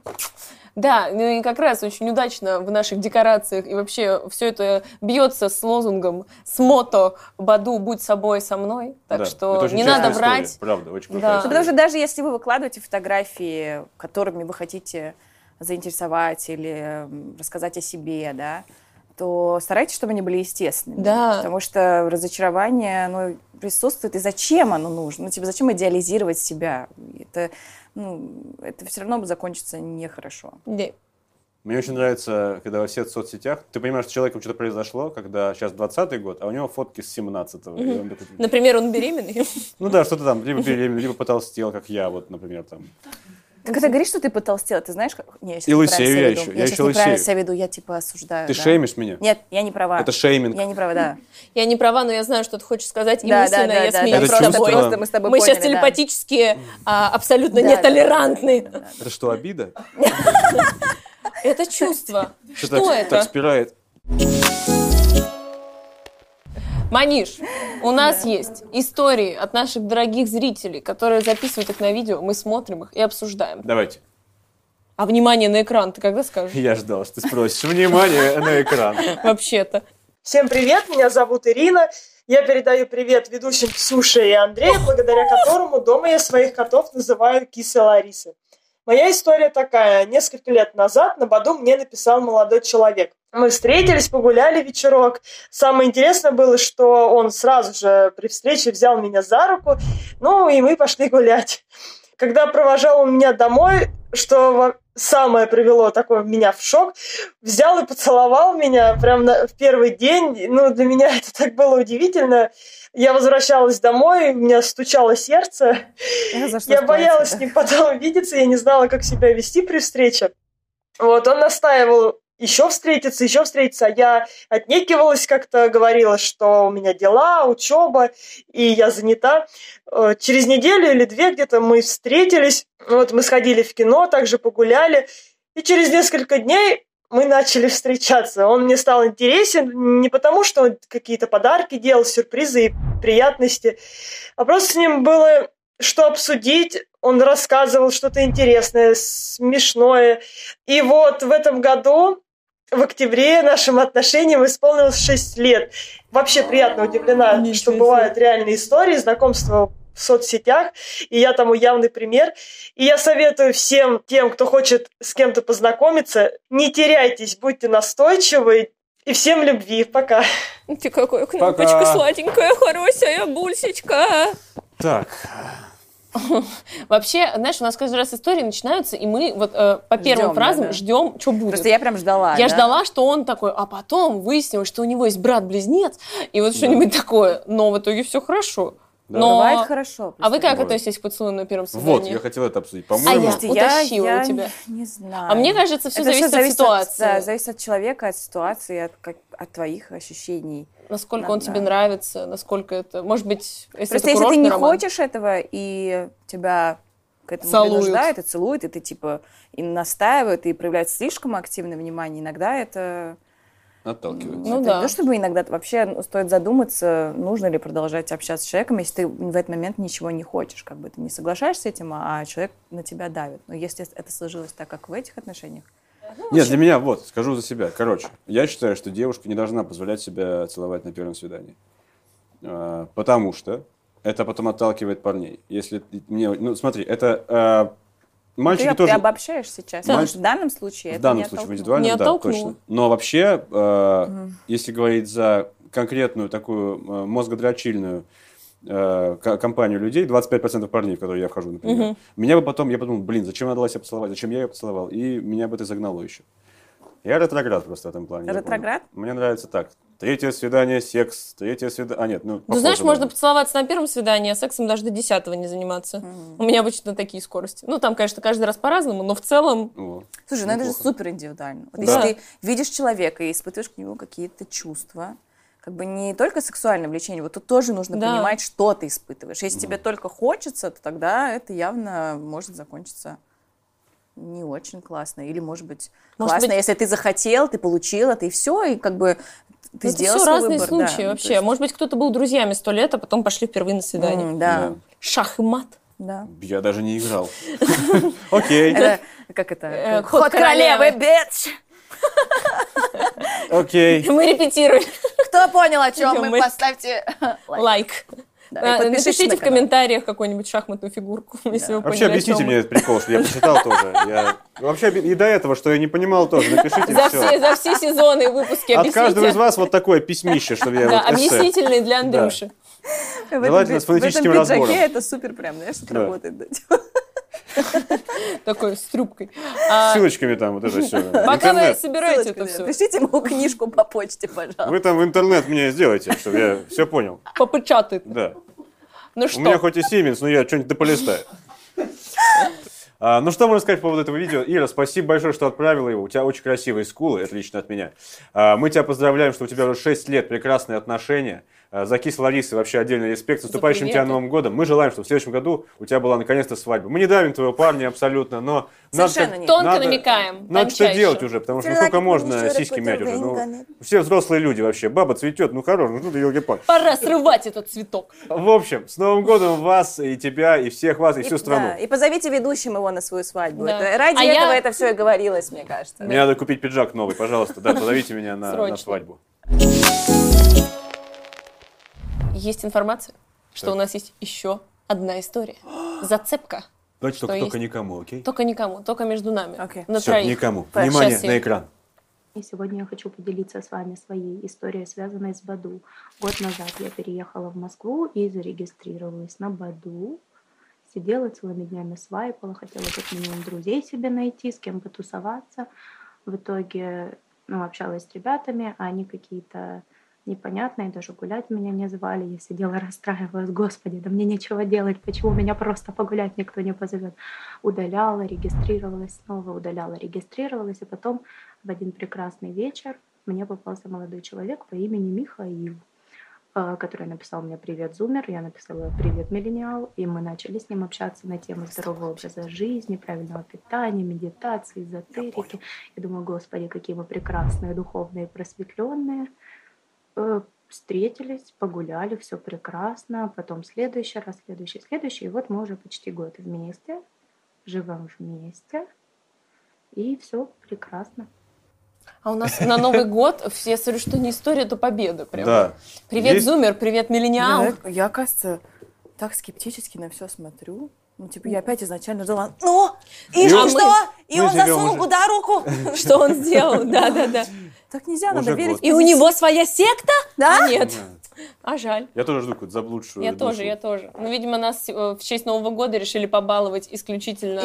Да, ну и как раз очень удачно в наших декорациях и вообще все это бьется с лозунгом, с мото «Баду, будь собой со мной». Так Да, это что очень не надо честная история, врать. Правда, очень Да. крутая Ну, история. потому Потому что даже если вы выкладываете фотографии, которыми вы хотите заинтересовать или м, рассказать о себе, да, то старайтесь, чтобы они были естественными. Да. Потому что разочарование, оно присутствует, и зачем оно нужно? Ну, типа, зачем идеализировать себя? Это, ну, это все равно закончится нехорошо. Да. Мне очень нравится, когда во всех соцсетях, ты понимаешь, с человеком что-то произошло, когда сейчас 20-й год, а у него фотки с 17-го. и он такой, Например, он беременный. (laughs) Ну да, что-то там, либо беременный, либо потолстел, как я, вот, например, там. Ты когда говоришь, что ты потолстела, ты знаешь, как... Не, я сейчас И неправильно себя лысею я веду. еще, я Я еще сейчас неправильно лысею. себя веду, я типа осуждаю. Ты да. шеймишь меня? Нет, я не права. Это шейминг. Я не права, да. Я не права, но я знаю, что ты хочешь сказать, и мысленно я смеюсь Это с чувство- тобой. просто мы с тобой Мы сейчас поняли, да. телепатически а, абсолютно Да, да, да, нетолерантны. да, да, да. Это что, обида? Это чувство. Что, так- это? Так спирает. Маниш, у нас есть истории от наших дорогих зрителей, которые записывают их на видео, мы смотрим их и обсуждаем. Давайте. А внимание на экран ты когда (laughs) скажешь? Я ждал, что ты спросишь. Внимание на экран. Вообще-то. Всем привет, меня зовут Ирина. Я передаю привет ведущим Ксюше и Андрею, благодаря которому дома я своих котов называю кисы Ларисы. Моя история такая. Несколько лет назад на Баду мне написал молодой человек. Мы встретились, погуляли вечерок. Самое интересное было, что он сразу же при встрече взял меня за руку, ну и мы пошли гулять. Когда провожал он меня домой, что во- самое привело такое меня в шок, взял и поцеловал меня прям на- в первый день. Ну, для меня (laughs) это так было удивительно. Я возвращалась домой, у меня стучало сердце. Я Э, за что Я ситуация, боялась да. с ним потом видеться, я не знала, как себя вести при встрече. Вот, он настаивал еще встретиться, еще встретиться, а я отнекивалась как-то, говорила, что у меня дела, учеба, и я занята. Э, Через неделю или две где-то мы встретились, вот мы сходили в кино, также погуляли, и через несколько дней мы начали встречаться. Он мне стал интересен не потому, что он какие-то подарки делал, сюрпризы и приятности, а просто с ним было что обсудить. Он рассказывал что-то интересное, смешное. И вот в этом году, в октябре, нашим отношениям исполнилось 6 лет. Вообще приятно удивлена, Ничего что себе. бывают реальные истории, знакомства в соцсетях, и я тому явный пример. И я советую всем тем, кто хочет с кем-то познакомиться, не теряйтесь, будьте настойчивы, и всем любви. Пока. Ну, Ты какой кнопочка Пока. сладенькая, хорошая бульсечка. Так, Вообще, знаешь, у нас каждый раз истории начинаются, и мы вот э, по первым Ждем, фразам да, да. ждем, что будет. Просто я прям ждала. Я да. ждала, что он такой, а потом выяснилось, что у него есть брат-близнец, и вот что-нибудь такое. Но в итоге все хорошо. Да. Но... Бывает хорошо. А вы как Бывает. относитесь к поцелую на первом свидании? вот, я хотел это обсудить. По-моему, А я- утащила у я тебя. Не, не знаю. А мне кажется, все Это всё зависит, от ситуации. да, зависит от человека, от ситуации, от, как- от твоих ощущений. Насколько Да, он да. тебе нравится, насколько это... Может быть, если Просто это если ты курортный не роман. хочешь этого, и тебя к этому Целуют. принуждают, и целуют, и ты типа и настаивают, и проявляют слишком активное внимание, иногда это... отталкивает. Ну это да. Не то, чтобы иногда вообще ну, стоит задуматься, нужно ли продолжать общаться с человеком, если ты в этот момент ничего не хочешь, как бы ты не соглашаешься с этим, а человек на тебя давит. Но если это сложилось так, как в этих отношениях, Ну, Нет, для меня, вот, скажу за себя. Короче, я считаю, что девушка не должна позволять себя целовать на первом свидании. Э, Потому что это потом отталкивает парней. Если ты- мне... Ну, смотри, это... э, ты, Мальчики ты тоже... обобщаешь сейчас. Потому Мальчик- что в данном случае В Э, это данном не случае, в оттолкнуло. индивидуальном, Не да, оттолкнуло. точно. Но вообще, э, если говорить за конкретную такую э, мозгодрочильную э, ко- компанию людей, 25% парней, в которые я вхожу, например, меня бы потом, я подумал, блин, зачем я дала себя поцеловать, зачем я ее поцеловал, и меня бы это загнало еще. Я ретроград просто в этом плане. я понял. Ретроград? Мне нравится так. Третье свидание, секс, третье свидание... А, нет, ну, Ну, знаешь, попозже можно ладно. поцеловаться на первом свидании, а сексом даже до десятого не заниматься. У меня обычно такие скорости. Ну, там, конечно, каждый раз по-разному, но в целом... Вот. Слушай, ну это же Неплохо. супер индивидуально. Вот Да. Если ты видишь человека и испытываешь к нему какие-то чувства, как бы не только сексуальное влечение, вот тут тоже нужно Да. понимать, что ты испытываешь. Если тебе только хочется, то тогда это явно может закончиться не очень классно. Или, может быть, Может классно, быть- если ты захотел, ты получил это, и все, и как бы ты Ну, это сделал все свой разные выбор, да. случаи Ну, то вообще. есть- Может быть, кто-то был друзьями сто лет, а потом пошли впервые на свидание. М, да. Да. Шах и мат. (laughs) Да. Я даже не играл. Окей, Это, как это? Э, как- ход королевы. (laughs) бич! окей. Мы репетируем. Кто понял, о чем Идём мы, мы. поставьте лайк. Лайк. Да, и Э, подпишитесь А, Напишите на в канал. комментариях какую-нибудь шахматную фигурку, (laughs) если вы Вообще поняли, о чём объясните мы. мне этот прикол, что я посчитал тоже. Я- Вообще обе- и до этого, что я не понимал тоже. Напишите За все. все, за все сезоны и выпуски От объясните. каждого из вас вот такое письмище, чтобы я Да, вот эссе. объяснительные для Андрюши. В этом Желательно с пи- в этом фонетическим пиджаке разбором. это супер прям, знаешь, Да. работает. да. Такой, с (laughs) трубкой. А, Ссылочками там вот это все. (laughs) Пока вы Интернет. собираете Ссылочку, это да. все, Пришлите ему (laughs) книжку по почте, пожалуйста. Вы там в интернет мне сделайте, чтобы я все понял. попечатает. Да. Ну У меня что, хоть и Siemens, но я что-нибудь дополистаю. А, ну что можно сказать по поводу этого видео? Ира, спасибо большое, что отправила его. У тебя очень красивые скулы, это лично от меня. А, мы тебя поздравляем, что у тебя уже 6 лет, прекрасные отношения. А, за кис Ларисы вообще отдельный респект. С наступающим тебя приветы. Новым годом. Мы желаем, чтобы в следующем году у тебя была наконец-то свадьба. Мы не давим твоего парня абсолютно, но... надо Совершенно как- нет. тонко надо- намекаем. Надо что тончайше. делать уже, потому что ну, сколько можно сиськи мять уже. Ну, все взрослые люди вообще. Баба цветет, ну хорош, ну ты елки-палки. Пора срывать этот цветок. В общем, с Новым годом вас и тебя, и всех вас, и, всю страну. Да, и позовите ведущим его на свою свадьбу. Да. Это- ради А я- этого это все и говорилось, мне кажется. Мне надо купить пиджак новый, пожалуйста. Да, позовите меня на, на Срочно. свадьбу. Есть информация, что у нас есть еще одна (gasps) история. Зацепка. Давайте Что только- только есть? никому, окей? Только никому, только между нами. Окей. На троих. никому. Так, Внимание щас я- на экран. И сегодня я хочу поделиться с вами своей историей, связанной с Баду. Год назад я переехала в Москву и зарегистрировалась на Баду. Сидела целыми днями свайпала, хотела как минимум друзей себе найти, с кем потусоваться. В итоге ну, общалась с ребятами, а они какие-то непонятные, даже гулять меня не звали. Я сидела, (laughs) расстраивалась, господи, да мне нечего делать, почему меня просто погулять никто не позовет. Удаляла, регистрировалась, снова удаляла, регистрировалась, и потом в один прекрасный вечер мне попался молодой человек по имени Михаил, э, который написал мне «Привет, Зумер», я написала «Привет, Миллениал», и мы начали с ним общаться на тему здорового образа жизни, правильного питания, медитации, эзотерики. Я думаю, господи, какие мы прекрасные, духовные, просветленные. Э, Встретились, погуляли, все прекрасно. Потом следующий раз, следующий, следующий. И вот мы уже почти год вместе, живем вместе. И все прекрасно. А у нас на (laughs) Новый год, все- я смотрю, что не история, то победа. Прям. Да. Привет, Есть? Зумер, привет, Миллениал. Я, я, кажется, так скептически на все смотрю. Ну, типа, я опять изначально ждала, ну, и И что, он- что? И а мы он живем засунул уже. куда (laughs) руку? Что он сделал? Да, (laughs) да, да. Так нельзя, надо Уже верить. год. И у него своя секта? Да? Нет. А жаль. Я тоже жду какую-то заблудшую Я душу. тоже, я тоже. Ну, видимо, нас э, в честь Нового года решили побаловать исключительно...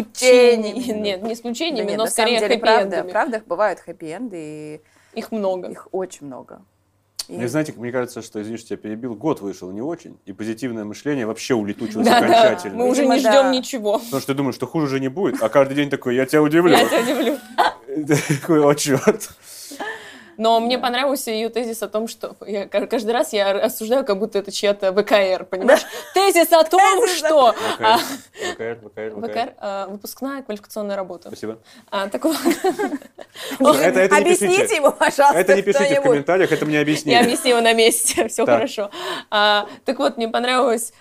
Исключений. Нет, не Да исключениями, нет, но на самом скорее деле, правда, хэппи-эндами. правда, бывают хэппи-энды, и Их много. их очень много. И- Мне, Ну, знаете, мне кажется, что, извини, что тебя перебил, год вышел не очень, и позитивное мышление вообще улетучилось Да, да. окончательно. Мы уже Видимо, не да. ждем (laughs) ничего. Потому что ты думаешь, что хуже уже не будет, а каждый день такой, я тебя удивлю. Я тебя удивлю. Такой, о, черт. Но мне понравился ее тезис о том, что я ка- каждый раз я осуждаю, как будто это чья-то ВКР, понимаешь? Тезис о том, что а, ВКР, ВКР, ВКР а, выпускная квалификационная работа. Спасибо. А, так вот, (laughs) Это, это не Объясните пишите. ему, пожалуйста, А Это не пишите в кто-нибудь. комментариях, это мне я объяснили. объяснила на месте, (laughs) все Так. хорошо. А, так вот, мне понравилась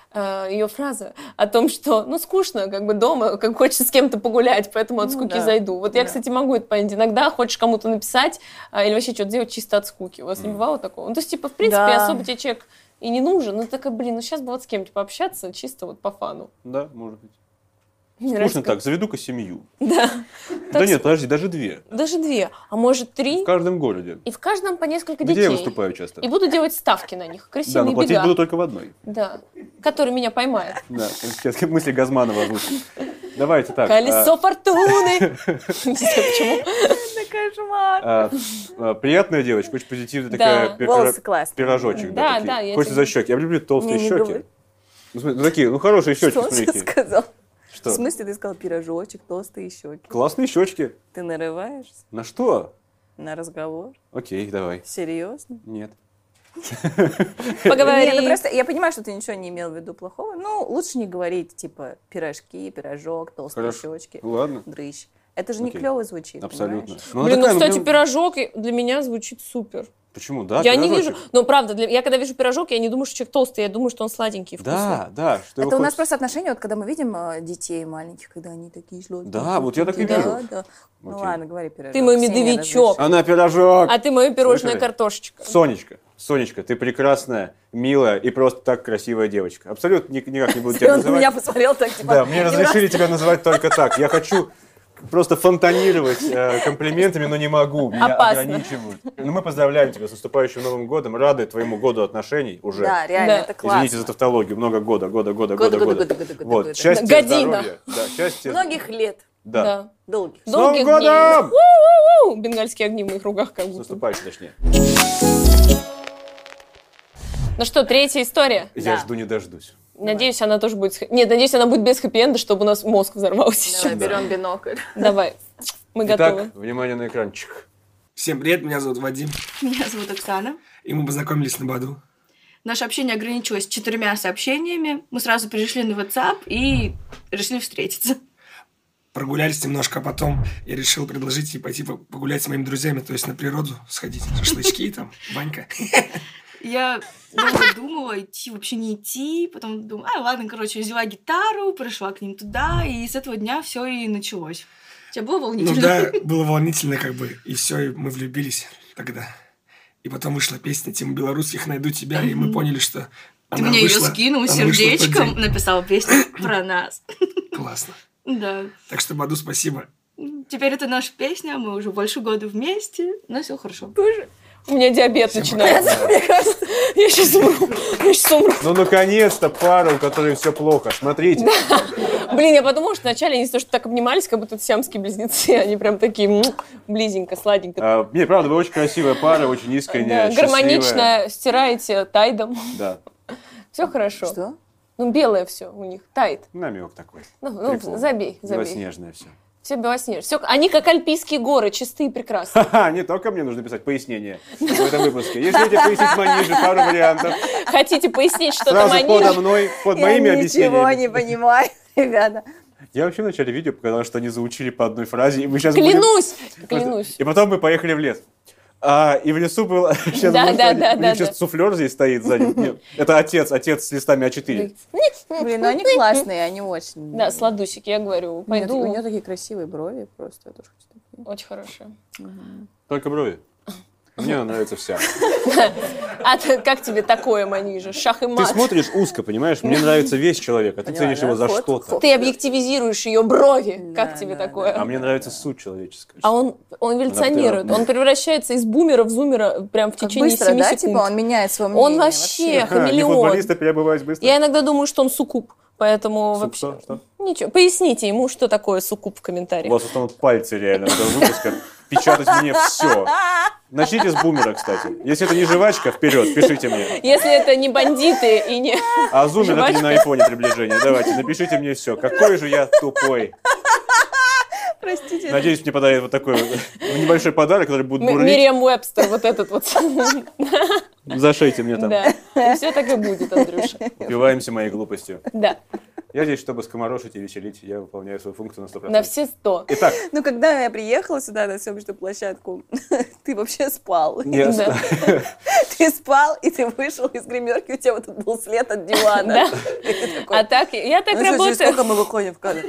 ее фраза о том, что, ну, скучно, как бы дома, как хочется с кем-то погулять, поэтому от Ну скуки да. зайду. Вот я, Да. кстати, могу это понять. Иногда хочешь кому-то написать а, или вообще что-то сделать чисто от скуки. У вас не бывало такого? Ну, то есть, типа, в принципе, Да. особо тебе человек и не нужен. Ну, ты такая, блин, ну сейчас бы вот с кем-то пообщаться, чисто вот по фану. Да, может быть. Мне нравится, Скучно как- ну так, заведу-ка семью. Да. Да нет, подожди, даже две. Даже две, а может В три. каждом городе. И в каждом по несколько Где детей. я выступаю часто? И буду делать ставки на них. Да, но Крысиные платить бега. буду только в одной. Да. Который меня поймает. Да, сейчас мысли Газманова озвучу. Давайте так. а. Колесо (laughs) фортуны. Не знаю, почему. Это кошмар. а, а, а, Приятная девочка, очень Да. позитивная такая. пи- Волосы классные. Пирожочек, да, Да, такие. да, я Хочется тебе- за щеки. Я люблю толстые Не, не щеки. говори. Ну, смотри, ну, такие, ну хорошие щечки, Что он смотри. сейчас какие. сказал? В Что? смысле ты сказал пирожочек, толстые щеки? Классные щечки. Ты нарываешься На что? на разговор? Окей, давай. Серьезно? Нет. Не, ну Поговори. просто я понимаю, что ты ничего не имел в виду плохого. Ну, лучше не говорить, типа, пирожки, пирожок, толстые Хорошо. щечки, Ладно. дрыщ. Это же не Окей. клево звучит, Абсолютно. понимаешь? Ну, она Блин, ну, такая, ну, кстати, блин, пирожок и- для меня звучит супер. Почему? Да, я не пирожочек. вижу, но правда, для- я когда вижу пирожок, я не думаю, что человек толстый, я думаю, что он сладенький и вкусный. Да, да. Что его Это у нас хочется. просто отношение, вот когда мы видим э, детей маленьких, когда они такие желтые. Да, вот я так и Да, вижу. да. Окей. Ну ладно, говори пирожок. Ты мой Ксения, она медовичок. Она пирожок. А ты мое пирожное Слышали? картошечка. Сонечка, Сонечка, ты прекрасная, милая и просто так красивая девочка. Абсолютно ни- никак не (laughs) буду тебя знаешь. Он называть. на меня посмотрел так, типа... Да, мне не разрешили тебя называть только так. Я хочу просто фонтанировать э, комплиментами, но не могу. Меня Опасно. ограничивают. Ну, мы поздравляем тебя с наступающим Новым годом. Рады твоему году отношений уже. Да, реально, Да. это классно. Извините за тавтологию. Много года, года, года, Года, года, года, года. года, года, вот, года. счастье, Година. здоровья. Да, счастье. Многих лет, Да. долгих. С Новым годом! У-у-у! Бенгальские огни в моих руках как С будто. наступающим, точнее. Ну что, третья история. Я жду не дождусь. Надеюсь, она тоже будет... с хэ- Нет, надеюсь, она будет без хэппи-энда, чтобы у нас мозг взорвался. Давай, берем бинокль. Давай. Мы готовы. Итак, внимание на экранчик. Всем привет, меня зовут Вадим, Меня зовут Оксана. и мы познакомились на Баду. Наше общение ограничилось четырьмя сообщениями. Мы сразу перешли на WhatsApp и решили встретиться. Прогулялись немножко, а потом я решил предложить ей пойти по- погулять с моими друзьями, то есть на природу сходить, шашлычки там, банька. Я (laughs) долго думала, идти вообще не идти. Потом думала, а ладно, короче, взяла гитару, пришла к ним туда, и с этого дня все и началось. У тебя было волнительно? Ну да, было волнительно как бы, и все, и мы влюбились тогда. И потом вышла песня «Тим белорусских, найду тебя», и мы поняли, что Ты она мне ее вышла- скинул она вышла в тот сердечком, день. (coughs) написала песню про нас. Классно. Да. Так что, Баду, спасибо. Теперь это наша песня, мы уже больше года вместе, но все хорошо. У меня диабет начинается, мне кажется. (laughs) Я сейчас умру. Я сейчас умру. Ну, наконец-то пара, у которой все плохо. Смотрите. Блин, я подумала, что вначале они то, что так обнимались, как будто это сиамские близнецы. (laughs) Они прям такие м, близенько, сладенько. А, Не, правда, вы очень красивая пара, очень искренняя, Да, счастливая. гармонично стираете тайдом. (laughs) Да, Все хорошо. Что? Ну, белое все у них, тайд. намек такой. Ну, ну, Прикол. забей, забей. Белоснежное все. Все белоснежно. Все, они как альпийские горы, чистые и прекрасные. (laughs) (laughs) не только мне нужно писать пояснение в этом выпуске. (laughs) Если хотите пояснить Маниже, пару вариантов. Хотите пояснить что-то Сразу подо манишь? мной, под Я моими ничего объяснениями. не понимаю, (laughs) ребята. Я вообще в начале видео показал, что они заучили по одной фразе, и мы сейчас будем- (laughs) Клянусь, (laughs) Просто- клянусь. И потом мы поехали в лес. А, и в лесу был... (laughs) Сейчас Да, думаю, да, что да, они- у да, них сейчас да. суфлер здесь стоит сзади. (laughs) Нет, Это отец, отец с листами А А4. Блин, ну они классные, они очень... Да, сладусики, я говорю, У неё такие- У пойду. нее такие красивые брови просто. я тоже хочу такие. Очень хорошо. Только брови. Мне она (laughs) нравится вся. А ты- как тебе такое, Манижа? Шах и Ты мат. смотришь узко, понимаешь? Мне нравится весь человек, а ты Поняла, ценишь да? его за Ход, что-то. ход. Ты объективизируешь ее брови. Как Да, тебе да, такое? А мне нравится суть человеческая. А он, он эволюционирует, он превращается из бумера в зумера прям в Как течение быстро, 7 да, секунд. типа он меняет свое мнение. Он вообще Ха, не хамелеон. футболист, а переобуваюсь быстро. Я иногда думаю, что он суккуб, поэтому Суп- вообще... что? Что? Ничего, поясните ему, что такое суккуб в У комментариях. вас устанут пальцы реально этого выпуска. Печатать мне все. Начните с бумера, кстати. Если это не жвачка, вперед, пишите мне. Если это не бандиты и не... А зумер это не Жвачка. на айфоне приближение. Давайте, напишите мне все. Какой же я тупой. (laughs) Простите. Надеюсь, мне подарят вот такой вот небольшой подарок, который будет М- бурлить. Мириам Уэбстер, вот этот вот. Зашейте мне там. Да. И все так и будет, Андрюша. Убиваемся моей глупостью. Да, Я здесь, чтобы скоморошить и веселить. Я выполняю свою функцию на 100%. на все сто. Итак, Ну, когда я приехала сюда на съемочную площадку, (laughs) ты вообще спал. я- Да. (laughs) Ты спал, и ты вышел из гримерки, у тебя вот тут был след от дивана. Да. (laughs) А так, я так Ну, слушай, работаю. сколько мы выходим в кадр?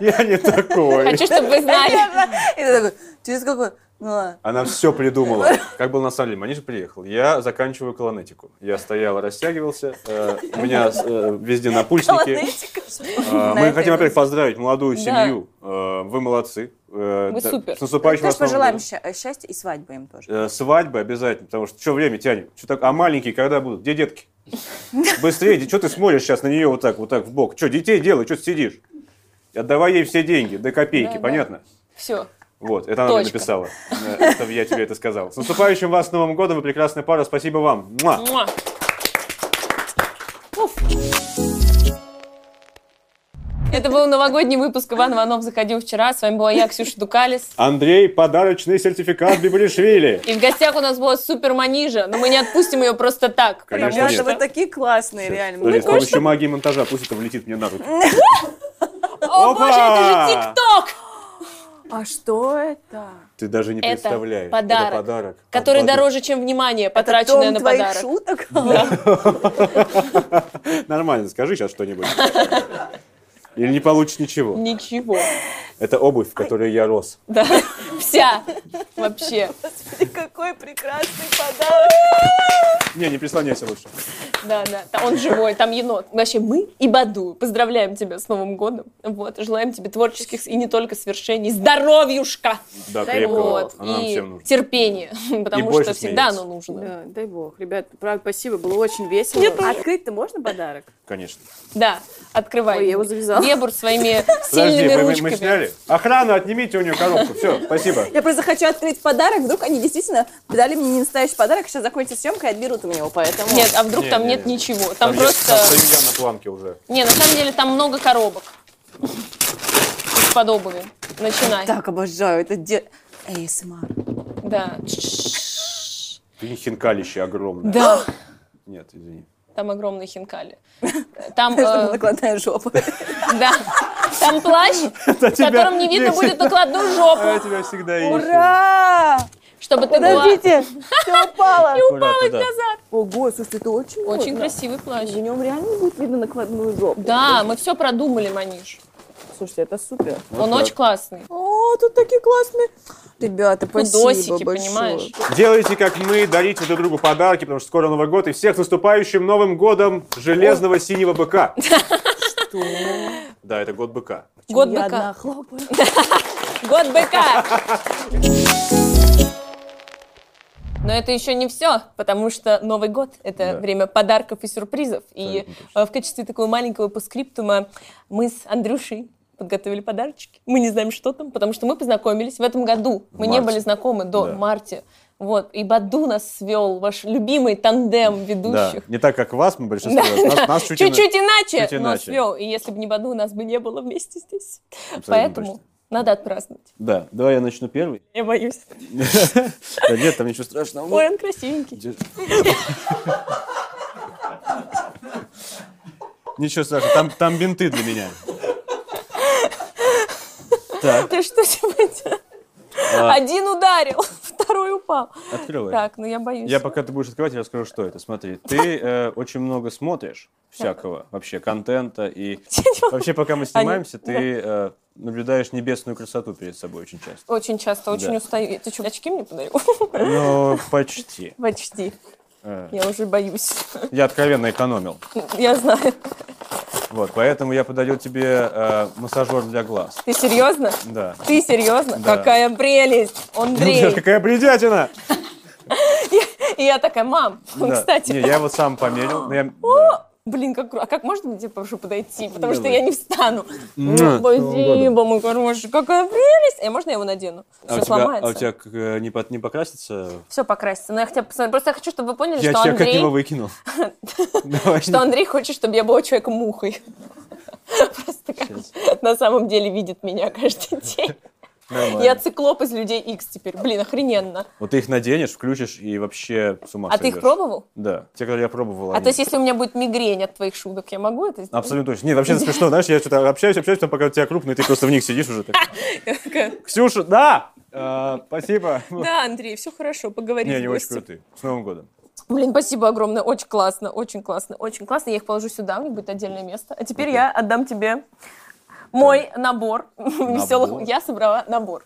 я не такой. Хочу, чтобы вы знали. (laughs) И ты такой, через сколько? Ну, ладно. Она все придумала. Как был на самом деле, Маниш приехал. Я заканчиваю колонетику. Я стоял, растягивался. э, у меня э, везде Ну, напульсники. Колонетика. (laughs) Э, На Мы этой хотим мысли. опять поздравить молодую Да. семью. Э, Вы молодцы. Вы Вы супер. С наступающим Тоже вас Новым пожелаем годом. ща- счастья и свадьбы им тоже. Э, Свадьбы обязательно, потому что что время тянем? Чё так, а маленькие когда будут? Где детки? Быстрее, что ты смотришь сейчас на нее вот так, вот так в бок? Что, детей делай, что ты сидишь? Отдавай ей все деньги, до копейки, понятно? Все. Вот, это она мне Точка. написала. Э, Это я тебе это сказал. С наступающим вас Новым годом, вы прекрасная пара. Спасибо вам. Муа. Это был новогодний выпуск «Иван Иванов заходил вчера». С вами была я, Ксюша Дукалис. Андрей, подарочный сертификат Бибришвили. И в гостях у нас была супер манижа, но мы не отпустим ее просто так. Конечно, потому нет. что- Ребята, вы такие классные, реально. Подожди, с Ну, помощью магии монтажа пусть это влетит мне на руку. О боже, это же ТикТок! А что это? Ты даже не Это представляешь. подарок, Это подарок. Который От Баду. дороже, чем внимание, потраченное Том на твоих подарок. шуток? (laughs) Нормально, скажи сейчас что-нибудь. Или не получишь ничего. Ничего. Это обувь, в которой я рос. Да. Вся. Вообще. Какой прекрасный подарок. Не, не прислоняйся лучше. Да, да. Та- Он живой, там енот. Вообще, мы и Баду поздравляем тебя с Новым годом. Вот. Желаем тебе творческих и не только свершений. Здоровьюшка! Да, Дай крепкого. Вот. Э, Она нам И всем нужна. терпение. (laughs) Потому больше что всегда смеяться. оно нужно. Да, дай бог. Ребят, правда, спасибо, было очень весело. Открыть-то можно подарок? Конечно. Да. Открывай. Ой, я его завязала. Дебур своими (laughs) Подожди, сильными мы- мы- мы ручками. сняли? Охрану, отнимите у нее коробку. Все, спасибо. Я просто хочу открыть подарок, вдруг они действительно дали мне не настоящий подарок, сейчас закончится съемка и отберут у меня его, поэтому... Нет, а вдруг Не, там не, нет не. ничего. Там я- просто... там стою я на планке уже. Не, на самом деле там много коробок. Из-под обуви. Начинай. Так, обожаю, это де... Эм ASMR. (gasps) Да. Блин, хинкалище огромное. Да. Нет, извини. (gasps) Там (laughs) огромные хинкали. Там, Чтобы э, накладная жопа. да. Там (laughs) плащ, в тебя котором не видно бесит. будет накладную (laughs) А я жопу. тебя всегда Ура! Чтобы ты была... все упало. Упала назад. Ого, слушай, это очень Очень модно. красивый плащ. В нем реально будет видно накладную жопу. Да, мы все продумали, Маниш. Слушайте, это супер. Он так. очень классный. О, тут такие классные. Ребята, спасибо Досики, большое. понимаешь? Делайте, как мы, дарите друг другу подарки, потому что скоро Новый год. И всех с наступающим Новым годом Железного Синего Быка. Да, это год быка. Год Я быка. одна хлопаю. Год быка. Но это еще не все, потому что Новый год — это Да. время подарков и сюрпризов. И Абсолютно э, в качестве такого маленького постскриптума мы с Андрюшей подготовили подарочки. Мы не знаем, что там, потому что мы познакомились в этом году. Мы не марте. были знакомы до Да. марте. Вот. И Баду нас свел, ваш любимый тандем ведущих. не так, как вас, мы большинство. Да, Нас, да. нас чуть, Чуть-чуть иначе, чуть но иначе. свел. И если бы не Баду, нас бы не было вместе здесь. Абсолютно Поэтому точно. надо отпраздновать. Да, давай я начну первый. Я боюсь. Да нет, там ничего страшного. Ой, он красивенький. Держи. Ничего страшного, там, там бинты для меня. Так, (laughs) Ты что сегодня? А. Один ударил, (laughs) второй упал. открывай. А, Так, ну я боюсь. (laughs) Я пока ты будешь открывать, я расскажу, что это. Смотри, ты э, очень много смотришь всякого вообще контента и вообще, пока мы снимаемся, ты э, наблюдаешь небесную красоту перед собой очень часто. Очень часто, очень Да. устаю. Ты что, очки мне подарил? (laughs) Ну, почти. Почти. Э, Я уже боюсь. (laughs) Ну, Я откровенно экономил. Я знаю. Вот, поэтому я подарил тебе э, массажер для глаз. Ты серьезно? Да. Ты серьезно? Да. Ну, Какая прелесть, Блин, Андрей. Какая бредятина! (laughs) И я такая, мам, ну, Да. кстати. Не, я его сам померил. но я- да. Блин, как, кру- а как можно тебе прошу подойти? Потому что Давай. я не встану. Муа. Спасибо, мой хороший, какая прелесть. Э, можно я его надену? А у Все тебя, а сломается. у тебя как, э, не, под- не покрасится? Все покрасится. Но я хотя бы посмотреть. Просто я хочу, чтобы вы поняли, я что тебя Андрей... как него выкинул. Давай. (laughs) Что Андрей хочет, чтобы я была человеком-мухой. (laughs) Просто как на самом деле видит меня каждый (laughs) день. (laughs) Нормально. Я циклоп из Людей Икс теперь. Блин, охрененно. Вот ты их наденешь, включишь и вообще с ума А ты их сойдешь. пробовал? Да, те, которые я пробовал. А они- то есть, если у меня будет мигрень от твоих шуток, я могу это сделать? Абсолютно точно. Нет, вообще смешно, знаешь, я что-то общаюсь, общаюсь, там пока у тебя крупные, ты просто в них (laughs) сидишь уже. так. Ксюша, да! Э, Спасибо. Да, Андрей, все хорошо, поговорим Не, с они очень гостем. крутые. С Новым годом. Блин, спасибо огромное, очень классно, очень классно, очень классно. Я их положу сюда, у них будет отдельное место. А теперь я отдам тебе мой набор (laughs) веселых. Я собрала набор.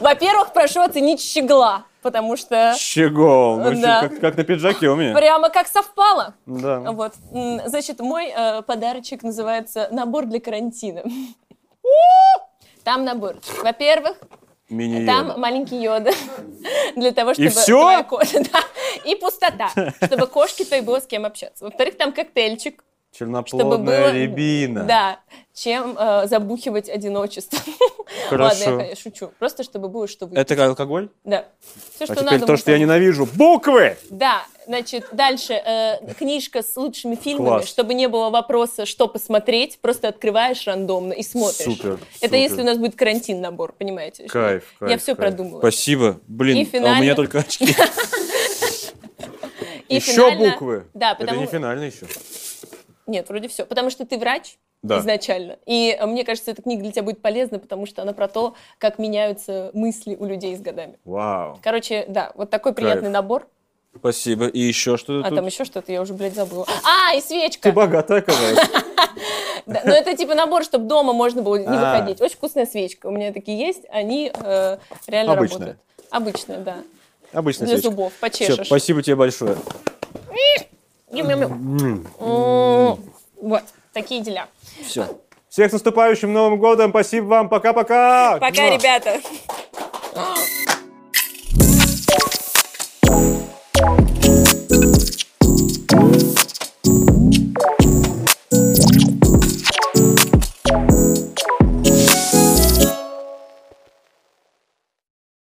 Во-первых, прошу оценить щегла, потому что Щегол. Ну, чё, Да. как, как на пиджаке у меня. прямо как совпало. Да. Вот, М, значит, мой э, подарочек называется набор для карантина. Там набор. Во-первых, мини Там маленький йода (laughs) для того, чтобы всё? твоя ко- (laughs) да, и пустота, чтобы кошке той было с кем общаться. Во-вторых, там коктейльчик, чтобы Черноплодная было рябина. Да, чем э, забухивать одиночество. (laughs) Хорошо. Ладно, я шучу. Просто чтобы было что выпить. Это как алкоголь? Да. Все, А что теперь надо. то, мы что я там- ненавижу. Буквы! Да, значит, дальше э, книжка с лучшими фильмами, Класс. чтобы не было вопроса, что посмотреть, просто открываешь рандомно и смотришь. Супер, Это супер. если у нас будет карантин набор, понимаете? Кайф, Я кайф. всё кайф. продумала. Спасибо. И Блин, а у финально- меня (laughs) только очки. И Еще финально- буквы. Да, Это потому не финально еще. Нет, вроде все. Потому что ты врач, Да. изначально. И э, мне кажется, эта книга для тебя будет полезна, потому что она про то, как меняются мысли у людей с годами. Вау. Короче, да, вот такой приятный Кайф. Ну, набор. Спасибо. И еще что-то А там еще что-то, я уже, блядь, забыла. А, и свечка! Ты (laughs) богатая, оказалась. Да, но это типа набор, чтобы дома можно было не А. выходить. Очень вкусная свечка. У меня такие есть, они э, реально Обычная. работают. Обычная, да. Обычно Для зубов, Все, почешешь. спасибо тебе большое. А. Мим-мим-мим. М, Вот, такие дела. Все. Всех с наступающим Новым годом. Спасибо вам. Пока-пока. Пока, Муа. ребята.